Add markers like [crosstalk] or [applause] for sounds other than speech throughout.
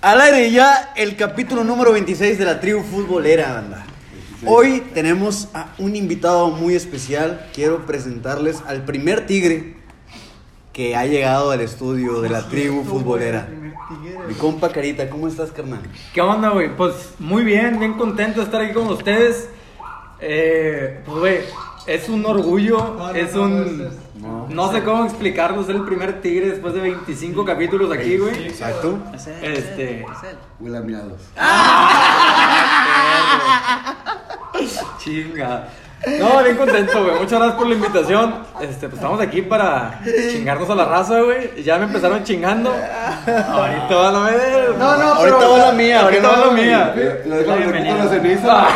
Al aire ya el capítulo número 26 de la tribu futbolera, banda. Hoy tenemos a un invitado muy especial. Quiero presentarles al primer tigre que ha llegado al estudio de la tribu futbolera. Mi compa Carita, ¿cómo estás, carnal? ¿Qué onda, güey? Pues muy bien, bien contento de estar aquí con ustedes. Eh, pues, güey, es un orgullo, no, es no, un... no, es- este. es- No. No, sé cómo explicarlo, ser el primer tigre después de 25 capítulos aquí, güey. Exacto. Es él, Este. es él, es él. Huele a miados. Chinga. No, bien contento, güey. Muchas gracias por la invitación. Este, pues estamos aquí para chingarnos a la raza, güey. Ya me empezaron chingando. Ahorita van a ver. No, no, Ah, Ahorita pero- va la mía, Ahorita va la mía. [laughs] Lo dejamos de Bienvenido. la ceniza.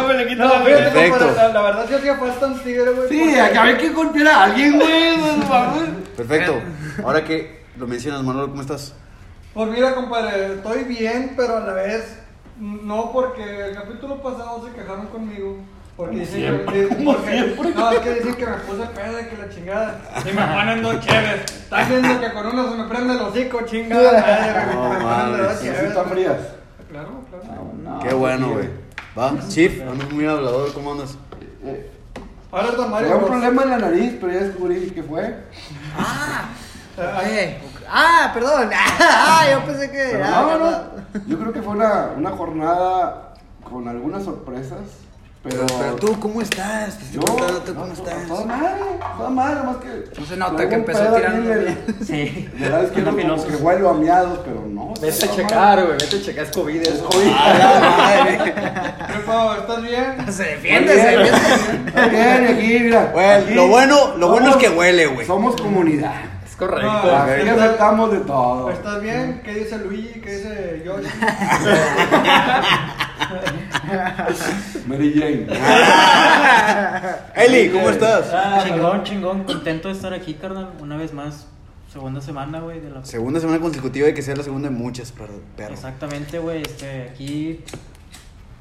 No me lo quito. No, fíjate, Perfecto. compa, la, la verdad sí hacía falta un tigre, güey. Sí, porque- acabé que golpear a alguien, güey. [laughs] por favor. Perfecto. Ahora que lo mencionas, Manolo, ¿cómo estás? Pues mira, compadre, estoy bien, pero a la vez no, porque el capítulo pasado se quejaron conmigo. Porque dicen que. porque- No, es que dicen que me puse peda, que la chingada. Y me ponen dos cheves. Estás viendo que con uno se me prende el hocico, [laughs] chingada. madre, No, me ponen dos mames. Sí, cheves. están frías. Claro, claro. Qué bueno, güey. ¿Va? [laughs] Chief, andas muy hablador, ¿cómo andas? Eh, Ahora, don Mario. Tenía un pues, problema en la nariz, pero ya descubrí que fue. Ah, eh, ah, perdón. [laughs] Ah, yo pensé que. Pero ah, no, capaz. no. Yo creo que fue una, una jornada con algunas sorpresas. Pero, Pero, pero tú, ¿cómo estás? Te estoy yo. preguntando, no, pues, ¿cómo estás? Todo mal, todo mal, nomás que. No se nota traigo que un empezó pedo aquí tirando en el- bien. [laughs] Sí. De la izquierda Anda como que filoso. huelo a miados, pero no. Vete a está [laughs] checar, güey. Vete a checar, es COVID. mal. Es eso. COVID. Prepa, ¿estás bien? Se Muy defiende, se bien, defiende. muy bien, aquí, mira. Güey, aquí lo bueno- lo bueno es somos- que huele, güey. Somos comunidad. Es correcto. Ah, Aquí sí. aceptamos de todo. ¿Estás bien? ¿Qué dice Luigi? ¿Qué dice Yoshi? Mary Ah, Jane. Eli, ¿cómo estás? Ah, Chingón, chingón, contento de estar aquí, carnal. Una vez más, segunda semana, güey, de la. Segunda semana consecutiva de que sea la segunda de muchas, perro. perro. Exactamente, güey. Este, aquí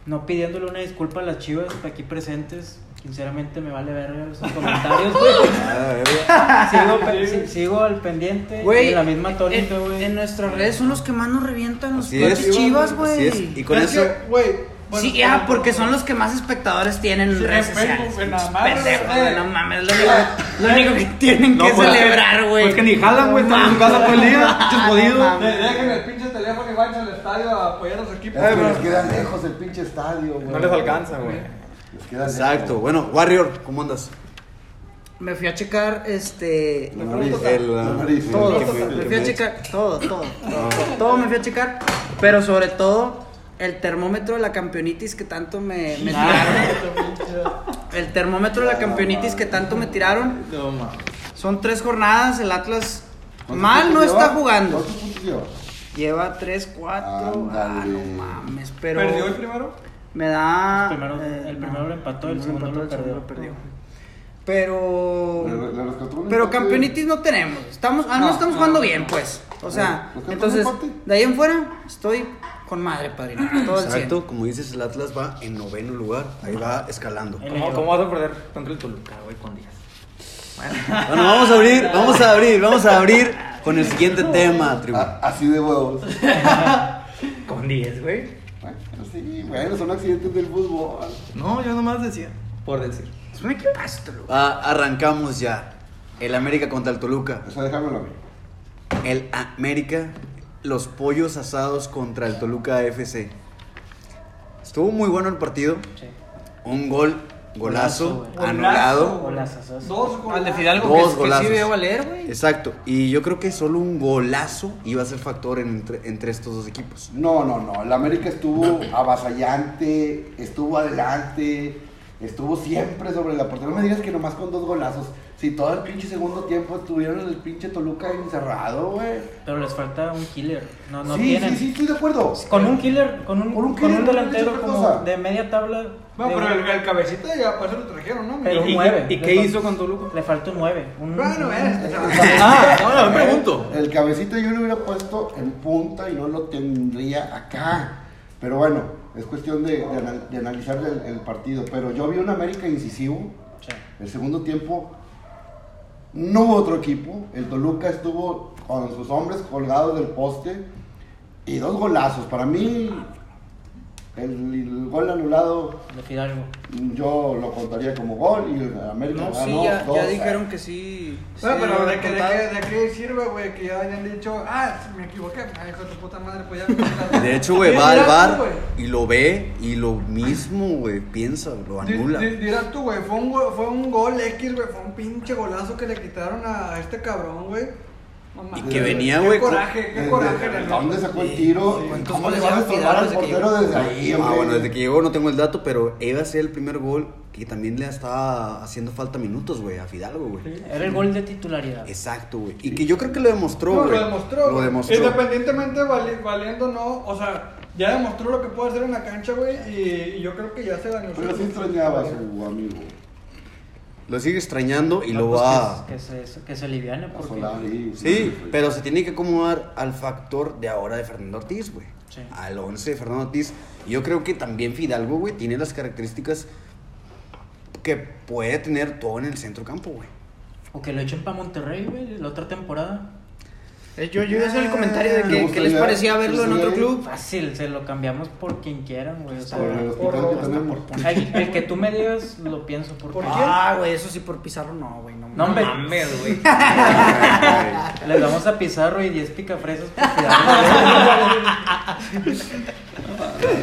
no pidiéndole una disculpa a las chivas aquí presentes. Sinceramente me vale verga sus comentarios, güey. Ah, verga. Sigo, pe- si- sigo al pendiente. Güey, en la misma tónica, en- güey. Eh, En nuestras redes son los que más nos revientan los Así es. pinches chivas, Así es. Y güey. con Es eso. que, güey. bueno, Sí, ah, porque son los que más espectadores tienen en Sí, redes en Facebook, sociales. güey, nada más, Pendejo, güey. güey, no mames, lo único, lo único que tienen No, que pues, celebrar, güey. Pues que ni jalan, güey. Están en su casa todo el día. Muchos jodidos. De- Dejen el pinche teléfono y vayan al estadio a apoyar a los equipos. Es que les queda lejos el pinche estadio, güey. No les alcanza, güey. Les queda lejos. Exacto. Bueno, Warrior, ¿cómo andas? Me fui a checar, este. La nariz. El, la ah, nariz. Todo, El que fue- el me que fui a me- checar, todo, todo, todo, todo me fui a checar, pero sobre todo el termómetro de la campeonitis que tanto me, me Ah. tiraron, el termómetro de la campeonitis que tanto me tiraron, No, mames. son tres jornadas, el Atlas ¿Cuántos mal no puntos lleva? está jugando, ¿Cuántos puntos lleva? lleva tres, cuatro, ah, Ándale. no mames, pero ¿Perdió el primero? me da... El primero- eh, el primero lo empató, el primero segundo lo empató, el segundo perdió. Pero... Le- le rescató un Pero empate. campeonitis no tenemos. Estamos, al menos No, estamos no, jugando no. bien, pues. O sea, Los que entonces, están en empate. de ahí en fuera, estoy con madre, padrino. Todo el cien. Exacto, como dices, el Atlas va en noveno lugar. Ahí va escalando. El- ¿Cómo, ¿Cómo vas a perder contra el Toluca, güey, con días? Bueno, vamos a abrir, vamos a abrir, vamos a abrir con el siguiente tema, tribu. Ah, Así de huevos. Con 10, güey. Bueno, sí, bueno, son accidentes del fútbol. No, yo nomás decía. Por decir. Es un equipazo, Toluca. Ah, arrancamos ya. El América contra el Toluca. O sea, déjamelo a mí. El América, los pollos asados contra el Toluca FC. Estuvo muy bueno el partido. Sí. Un gol, golazo, Golazo, güey. anulado. Golazos, ¿sabes? Dos goles. Al de Fidalgo, Dos que- que, golazos. sí veo valer, güey. Exacto. Y yo creo que solo un golazo iba a ser factor entre, entre estos dos equipos. No, no, no. El [coughs] América estuvo avasallante, estuvo adelante, estuvo siempre sobre la portería. No me digas que nomás con dos golazos. Si todo el pinche segundo tiempo estuvieron en el pinche Toluca encerrado, güey. Pero les falta un killer. No, no sí, tienen. sí, sí, estoy de acuerdo. Con un killer, con un, Con un con killer, un no le delantero echa como cosa. de media tabla. Bueno, de pero un- el, el cabecita ya para eso lo trajeron, ¿no? El ¿Y- y- nueve. y Le qué fal- hizo con Toluca? Le falta un 9. Un, Bueno, un- este. Ah, ahora me pregunto. El cabecito yo lo hubiera puesto en punta y no lo tendría acá. Pero bueno, es cuestión de, de anal- de analizar el, el partido. Pero yo vi un América incisivo. Sí. El segundo tiempo no hubo otro equipo. El Toluca estuvo con sus hombres colgados del poste. Y dos golazos. Para mí, el, el gol anulado de Fidalgo. yo lo contaría como gol y el América No, sí, ganó ya, dos, ya eh. dijeron que sí. Bueno, sí, pero lo ¿de qué, de, contado. qué, ¿de qué sirve, güey? Que ya hayan dicho, ah, me equivoqué, ay, hijo de tu puta madre, pues [laughs] ya. De hecho, [laughs] güey, Dirás va al tú, bar güey. y lo ve y lo mismo, güey, piensa, lo Di- anula. di- Dirás tú, güey, fue un, go- fue un gol X, güey, fue un pinche golazo que le quitaron a este cabrón, güey. No Y mames, que venía, Qué güey, con- coraje, qué Desde- coraje. ¿de la neta. ¿Dónde sacó el tiro? ¿Cuántos ¿Cómo le goles vas a lleva estorbar al Fidalgo desde que portero desde ahí, Ah, hombre? bueno, desde que llegó no tengo el dato, pero iba a ser el primer gol que también le estaba haciendo falta minutos, güey, a Fidalgo, güey. Era el gol de titularidad. Exacto, güey. Y que yo creo que lo demostró, No, güey. lo demostró. Lo güey. demostró. Independientemente vali- valiendo no, o sea, ya demostró lo que puede hacer en la cancha, güey, y, y yo creo que ya se ganó. Pero su- sí extrañaba a su amigo. Lo sigue extrañando y No, lo pues, va. Que, que se, que se aliviane A porque... Solari. Sí, pero se tiene que acomodar al factor de ahora de Fernando Ortiz, güey. Sí. Al 11 de Fernando Ortiz. Yo creo que también Fidalgo, güey, tiene las características que puede tener todo en el centrocampo, [laughs] güey. O que lo echen para Monterrey, güey, la otra temporada. Eh, Yo, yo iba a hacer el comentario de Me que, que les gustaría- parecía verlo en otro gustaría- club. Fácil, se lo cambiamos por quien quieran, güey. O sea, Por el hospital que tenemos. el, el que tú me digas, lo pienso porque... ¿Por quién? Ah, güey, eso sí por Pizarro no, güey. No, No, hombre. mames, güey. Les damos a Pizarro y 10 picafresas por Fidalgo.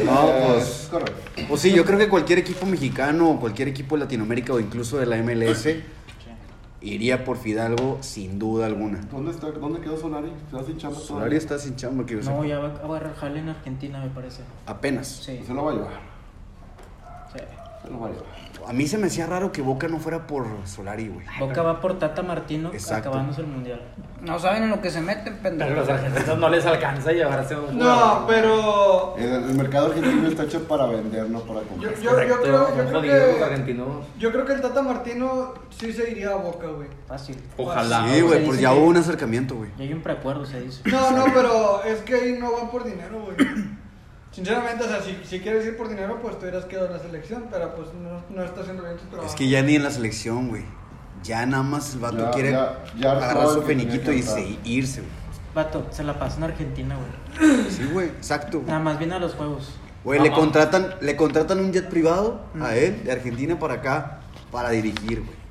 No, Eh, pues. es Correcto. Pues sí, yo creo que cualquier equipo mexicano o cualquier equipo de Latinoamérica o incluso de la MLS iría por Fidalgo sin duda alguna. ¿Dónde, está, ¿Dónde quedó Solari? ¿Se va sin chamba Solari todavía? está sin chamba, que yo No, sepa. ya va a agarrar jale en Argentina, me parece. Apenas. Sí, Se lo va a llevar. sí. Se lo va a llevar. A mí se me hacía raro que Boca no fuera por Solari, güey. Boca va por Tata Martino Exacto. acabándose el mundial. No saben en lo que se meten, Pero pendejo. los argentinos no les alcanza llevarse un No, jugador. pero El, el mercado argentino está hecho para vender, no para yo, comprar. yo, yo Correcto, creo, yo son creo jodidos los que... argentinos. Yo creo que el Tata Martino sí se iría a Boca, güey. Fácil. Ojalá. Sí, güey, Se pues dice ya que- hubo un acercamiento, güey. Y hay un preacuerdo, se dice. No, no, pero es que ahí no van por dinero, güey. Sinceramente, o sea, si, si quieres ir por dinero, pues tuvieras que dar la selección, pero pues no, no está haciendo bien tu trabajo. Es que ya ni en la selección, güey. Ya nada más el vato Ya- quiere ya- ya agarrar todo su el que tenía feniquito que y estar. se- irse, güey. Vato, se la pasa en Argentina, güey. Sí, güey, exacto. güey. Nada más viene a los juegos. Güey, No le mames. contratan, le contratan un jet privado a él de Argentina para acá para dirigir, güey.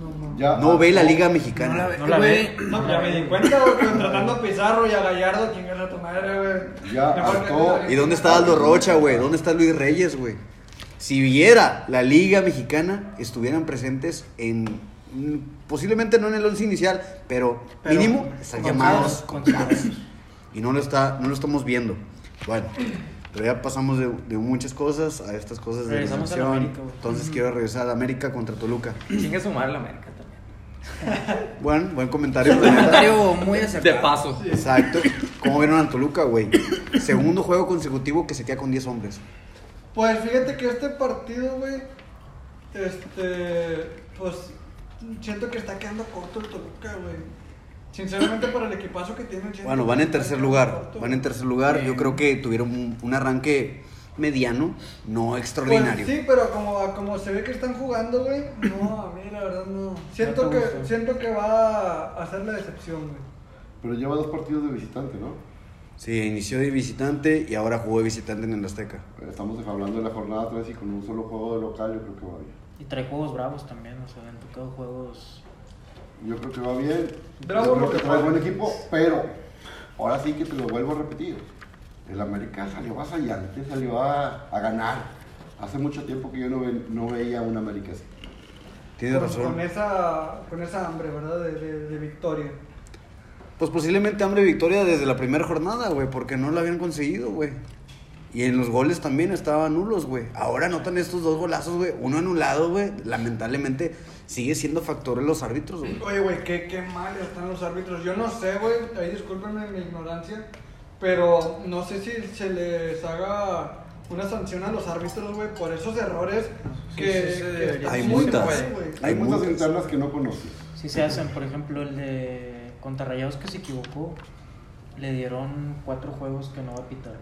No, no. Ya- No ve la Liga Mexicana. No la ve. No la Güey, ve. No, ya me di cuenta, güey, contratando a Pizarro y a Gallardo, ¿quién era tu madre, güey? Ya, Mejor que- hartó. ¿Y dónde está Aldo Rocha, güey? ¿Dónde está Luis Reyes, güey? Si viera la Liga Mexicana, estuvieran presentes en. mm, Posiblemente no en el once inicial, pero, Pero mínimo están llamados, contados. Y no lo, está, no lo estamos viendo. Bueno, pero ya pasamos de, de muchas cosas a estas cosas de Regresamos a la recepción. América, güey. Entonces quiero regresar a América contra Toluca. Chingue su madre la América también. Bueno, buen comentario. [laughs] la neta. comentario muy acertado. De paso. Exacto. ¿Cómo vieron a Toluca, güey? Segundo juego consecutivo que se queda con 10 hombres. Pues fíjate que este partido, güey, este, pues siento que está quedando corto el Toluca, güey. Sinceramente, para el equipazo que tiene. siento Bueno, que van en está tercer quedando lugar. corto, Van en güey. tercer lugar. Yo creo que tuvieron un, un arranque mediano, no extraordinario. Pues sí, pero como, como se ve que están jugando, güey, no, a mí la verdad no. Siento, te que, gustó. siento que va a hacer la decepción, güey. Pero lleva dos partidos de visitante, ¿no? Sí, inició de visitante y ahora jugó de visitante en el Azteca. Estamos hablando de la jornada 3 y con un solo juego de local yo creo que va bien. Y trae juegos bravos también, o sea, han tocado juegos. Yo creo que va bien. Bravo, yo creo lo que que trae fue. buen equipo, pero ahora sí que te lo vuelvo a repetir. El América salió vasallante, salió a, a ganar. Hace mucho tiempo que yo no, ve- no veía un América así. Tienes Con- Con razón. esa, con esa hambre, ¿verdad? De, de- de victoria. Pues posiblemente hambre y victoria desde la primera jornada, güey, porque no la habían conseguido, güey. Y en los goles también estaban nulos, güey. Ahora anotan estos dos golazos, güey. Uno anulado, güey. Lamentablemente sigue siendo factor en los árbitros, güey. Oye, güey, qué, qué mal están los árbitros. Yo no sé, güey, ahí discúlpenme mi ignorancia, pero no sé si se les haga una sanción a los árbitros, güey, por esos errores Sí, que, sí, se que debería. están Hay muy multas. mal, güey. Hay Hay muchas muchas. internas que no conoces. Si se hacen, por ejemplo, el de contra Rayados que se equivocó, le dieron cuatro juegos que no va a pitar.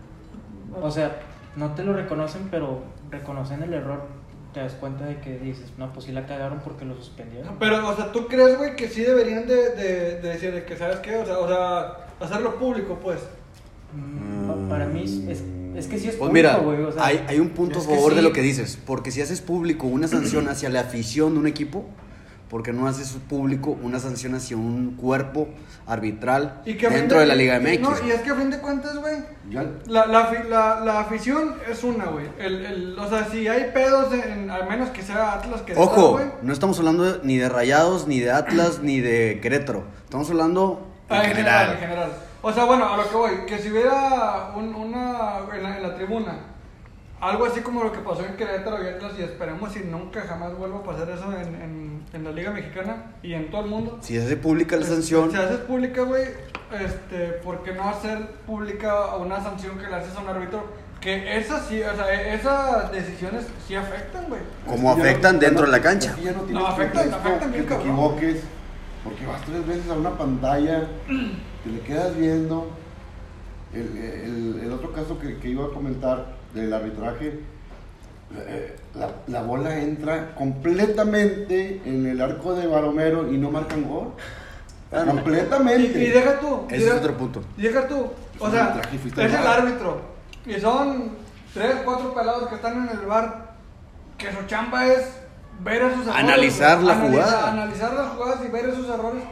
O sea, no te lo reconocen, pero reconocen el error. Te das cuenta de que dices, no, pues sí la cagaron porque lo suspendieron. Ah, Pero, o sea, ¿tú crees, güey, que sí deberían de, de, de decir de que, ¿sabes qué? O sea, o sea, hacerlo público, pues. Mm, Mm. mí es, es- es que sí es Pues público, mira, güey. o sea, hay, hay un punto a es que favor de sí. lo que dices, porque si haces público una sanción hacia la afición de un equipo, porque no haces público una sanción hacia un cuerpo arbitral Y que a fin dentro de la Liga MX. No, y es que a fin de cuentas, güey, Yo, la, la, afi- la, la afición es una, güey. El, el, o sea, si hay pedos, en, al menos que sea Atlas que Ojo, güey. no estamos hablando ni de Rayados, ni de Atlas, ni de Querétaro. Estamos hablando en Ah, general. En general. O sea, bueno, a lo que voy, que si hubiera un- una en la, en la tribuna, algo así como lo que pasó en Querétaro y Atlas, y esperemos si nunca jamás vuelva a pasar eso en, en, en la Liga Mexicana y en todo el mundo. Si se hace pública Pues, la sanción, Si haces pública, güey, este, ¿por qué no hacer pública una sanción que le haces a un árbitro? Que esas sí, o sea, e- esas decisiones sí afectan, güey. como es que ya afectan no- dentro ya de no- la cancha. es que ya no tienes No, afectan, pretexto afectan que bien te cabrón. equivoques, porque vas tres veces a una pantalla, te le quedas viendo. El, el- el otro caso que, que iba a comentar del arbitraje, eh, la, la bola entra completamente en el arco de Baromero y no marcan gol. Claro. Y, Completamente. y deja tú. Ese es otro punto. Y deja tú. O Es un sea, arbitraje, es fuiste el al bar. árbitro. Y son tres, cuatro pelados que están en el bar. Que su chamba es ver esos errores. Analizar güey. la Analiza- jugada. Analizar las jugadas y ver esos errores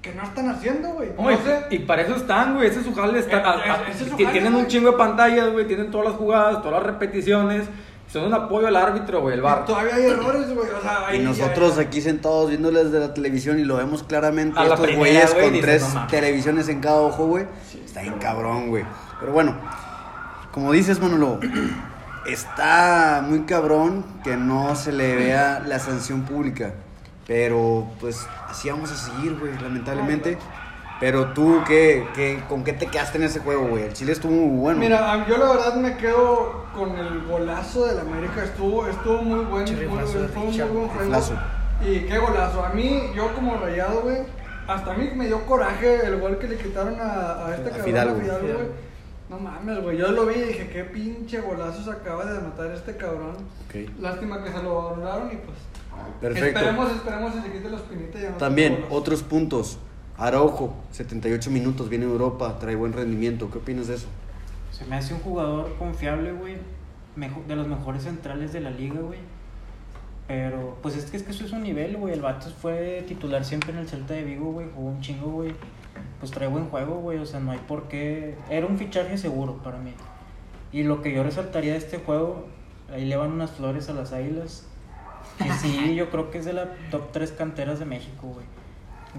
que no están haciendo, güey. Oye, No sé. y para eso están, güey. Ese es su jale. Está, Eh, a- a- eh, ese es su ti- jale, tienen güey. un chingo de pantallas, güey. Tienen todas las jugadas, todas las repeticiones. Son un apoyo al árbitro, güey, el bar. Todavía hay errores, güey. O sea, Y ahí- nosotros ya- aquí sentados viéndoles desde la televisión y lo vemos claramente. A la estos primera, güeyes güey, con dices, tres "No mames". televisiones en cada ojo, güey. Está bien cabrón, güey. Pero bueno, como dices, Manolo, está muy cabrón que no se le vea la sanción pública. Pero pues así vamos a seguir, güey, lamentablemente. Pero tú, ¿qué, qué, ¿con qué te quedaste en ese juego, güey? El Chile estuvo muy bueno. Mira, a- yo la verdad me quedo con el golazo del América. Estuvo, estuvo muy buen, Che, muy, buen- golazo de fue un muy Richard. buen Golazo. juego. Y qué golazo. A mí, yo como rayado, güey, hasta a mí me dio coraje el gol que le quitaron a, a este A cabrón, Fidalgo. a Fidalgo, Fidalgo. güey. No mames, güey. Yo lo vi y dije, qué pinche golazo se acaba de anotar este cabrón. Ok. Lástima que se lo anularon y pues. Perfecto. Esperemos, esperemos y se quite los pinitos. y anote También, golazo. otros puntos. Araujo, 78 minutos, viene a Europa, trae buen rendimiento. ¿Qué opinas de eso? Se me hace un jugador confiable, güey. mejo- de los mejores centrales de la liga, güey. Pero, pues es que, es que eso es un nivel, güey. El Vatos fue titular siempre en el Celta de Vigo, güey. Jugó un chingo, güey. Pues trae buen juego, güey. O sea, no hay por qué. Era un fichaje seguro para mí. Y lo que yo resaltaría de este juego, ahí le van unas flores a las águilas. Que sí, yo creo que es de la top 3 canteras de México, güey.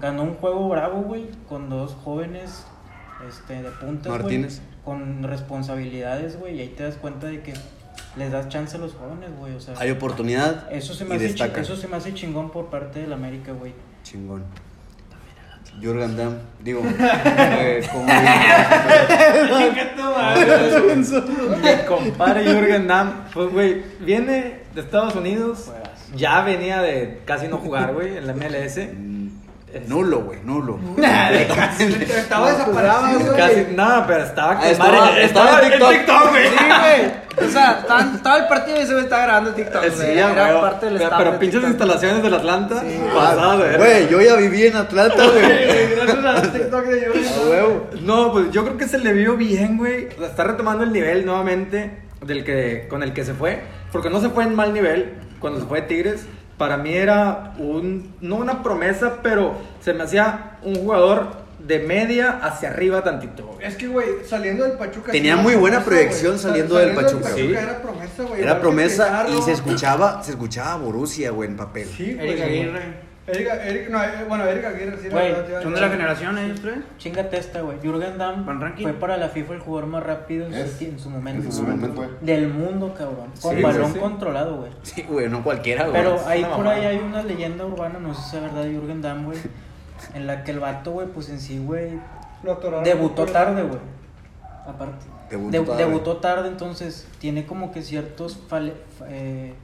Ganó un juego bravo, güey, con dos jóvenes este, de punta, güey, Martínez. Con responsabilidades, güey. Y ahí te das cuenta de que les das chance a los jóvenes, güey. O sea, Hay oportunidad Ah, eso se, y me hace chi- destaca. eso se me hace chingón por parte del América, güey. Chingón. Jurgen Damm, digo, [laughs] eh, como Mi compadre Jürgen Damm, pues, güey, viene de Estados Unidos. Ya venía de casi no jugar, güey, en la MLS. [laughs] Es- nulo, güey, nulo. Nah, de casi. Estaba desaparado, güey. Casi, nada, pero estaba con Ah, estaba- madre. estaba en TikTok. güey. Sí, güey. O sea, estaba, estaba el partido y se me está grabando TikTok. [laughs] Sí, güey. ya, Era güey. parte del Pero, staff pero de pinches TikTok. instalaciones del Atlanta. Ah, Pasada, güey. Güey, [laughs] yo ya viví en Atlanta, [laughs] güey. Gracias al TikTok de Yuri. A huevo. No, pues yo creo que se le vio bien, güey. O sea, Está retomando el nivel nuevamente del que, con el que se fue. Porque no se fue en mal nivel cuando se fue de Tigres. Para mí era un, no una promesa, pero se me hacía un jugador de media hacia arriba tantito, güey. Es que, güey, saliendo del Pachuca. Tenía sí era muy buena promesa, proyección güey. saliendo del Pachuca. Sí. Era promesa, güey. Era Igual que promesa Pizarro. y se escuchaba, se escuchaba Borussia, güey, en papel. Sí, güey. Eric Pues, Aguirre. Erika, Erika, no, eh, bueno, Erika Aguirre sí, Güey, la verdad, ¿Son ya- de la generación eh? ellos tres? Chingate esta, güey. Jürgen Van Damm Rankin. fue para la FIFA el jugador más rápido en, Es- su, en su momento. en su momento fue. Del mundo, cabrón. Con Sí, balón güey, sí. controlado, güey. Sí, güey, no cualquiera, güey. Pero es ahí una por mamada. ahí hay una leyenda urbana, no sé si es verdad, de Jürgen Damm, güey. En la que el vato, güey, pues en sí, güey, Lo atoraron. debutó tarde, güey. Aparte. Debutó De- tarde. debutó tarde, entonces tiene como que ciertos fale- fa- eh,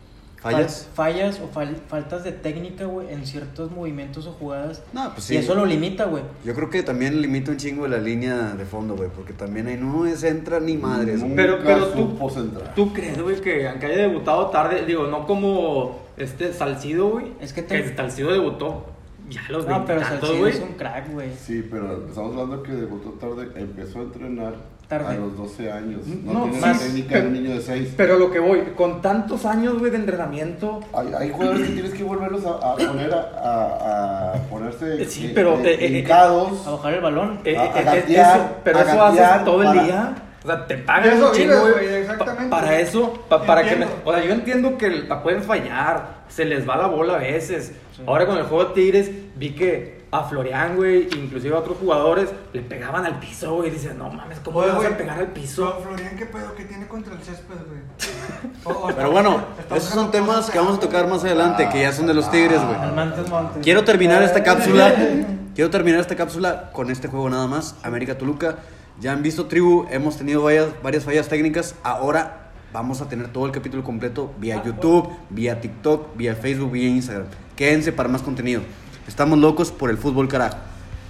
fal- ¿Fallas? fallas o fal- faltas de técnica, güey, en ciertos movimientos o jugadas. No, pues sí. Y eso lo limita, güey. Yo creo que también limita un chingo la línea de fondo, güey, porque también ahí no es entra ni madres. güey. Nunca Pero- pero tú- supo centrar. ¿Tú crees, güey, que aunque haya debutado tarde, digo, no como este Salcido, güey? Es que te- que Salcido debutó ya a los No, pero veintitantos, Salcido güey. es un crack, güey. Sí, pero estamos hablando que debutó tarde, empezó a entrenar A tarde. los 12 años. No, No, tiene más, la técnica pero- de un niño de 6. Pero lo que voy, con tantos años, güey, de entrenamiento. Hay, hay jugadores que tienes que volverlos a, a poner a, a- a ponerse Sí, eh, pero, eh, eh, eh, hincados. A bajar el balón. eh, A- eh, a eh, gatear, eso- pero a eso gatear haces todo el para- día. O sea, te pagan De eso un chingo, vives, güey, güey, pa- exactamente. para eso, pa- para que me- Entiendo. O sea, yo entiendo que la pueden fallar, se les va la bola a veces. Ahora con el juego de Tigres, vi que a Florian, güey, inclusive a otros jugadores, le pegaban al piso, güey. Dices, no mames, ¿cómo le Oye, vas a güey, pegar al piso? Don Florian, ¿qué pedo que tiene contra el césped, güey? [laughs] O- o está- Pero bueno, está esos son buscando temas cosas que vamos a tocar más adelante, que ya son de los Tigres, güey. Almantes Montes. Quiero terminar esta cápsula. Quiero terminar esta cápsula con este juego nada más. América Toluca. Ya han visto tribu, hemos tenido varias, varias fallas técnicas. Ahora vamos a tener todo el capítulo completo vía YouTube, vía TikTok, vía Facebook, vía Instagram. Quédense para más contenido. Estamos locos por el fútbol, carajo.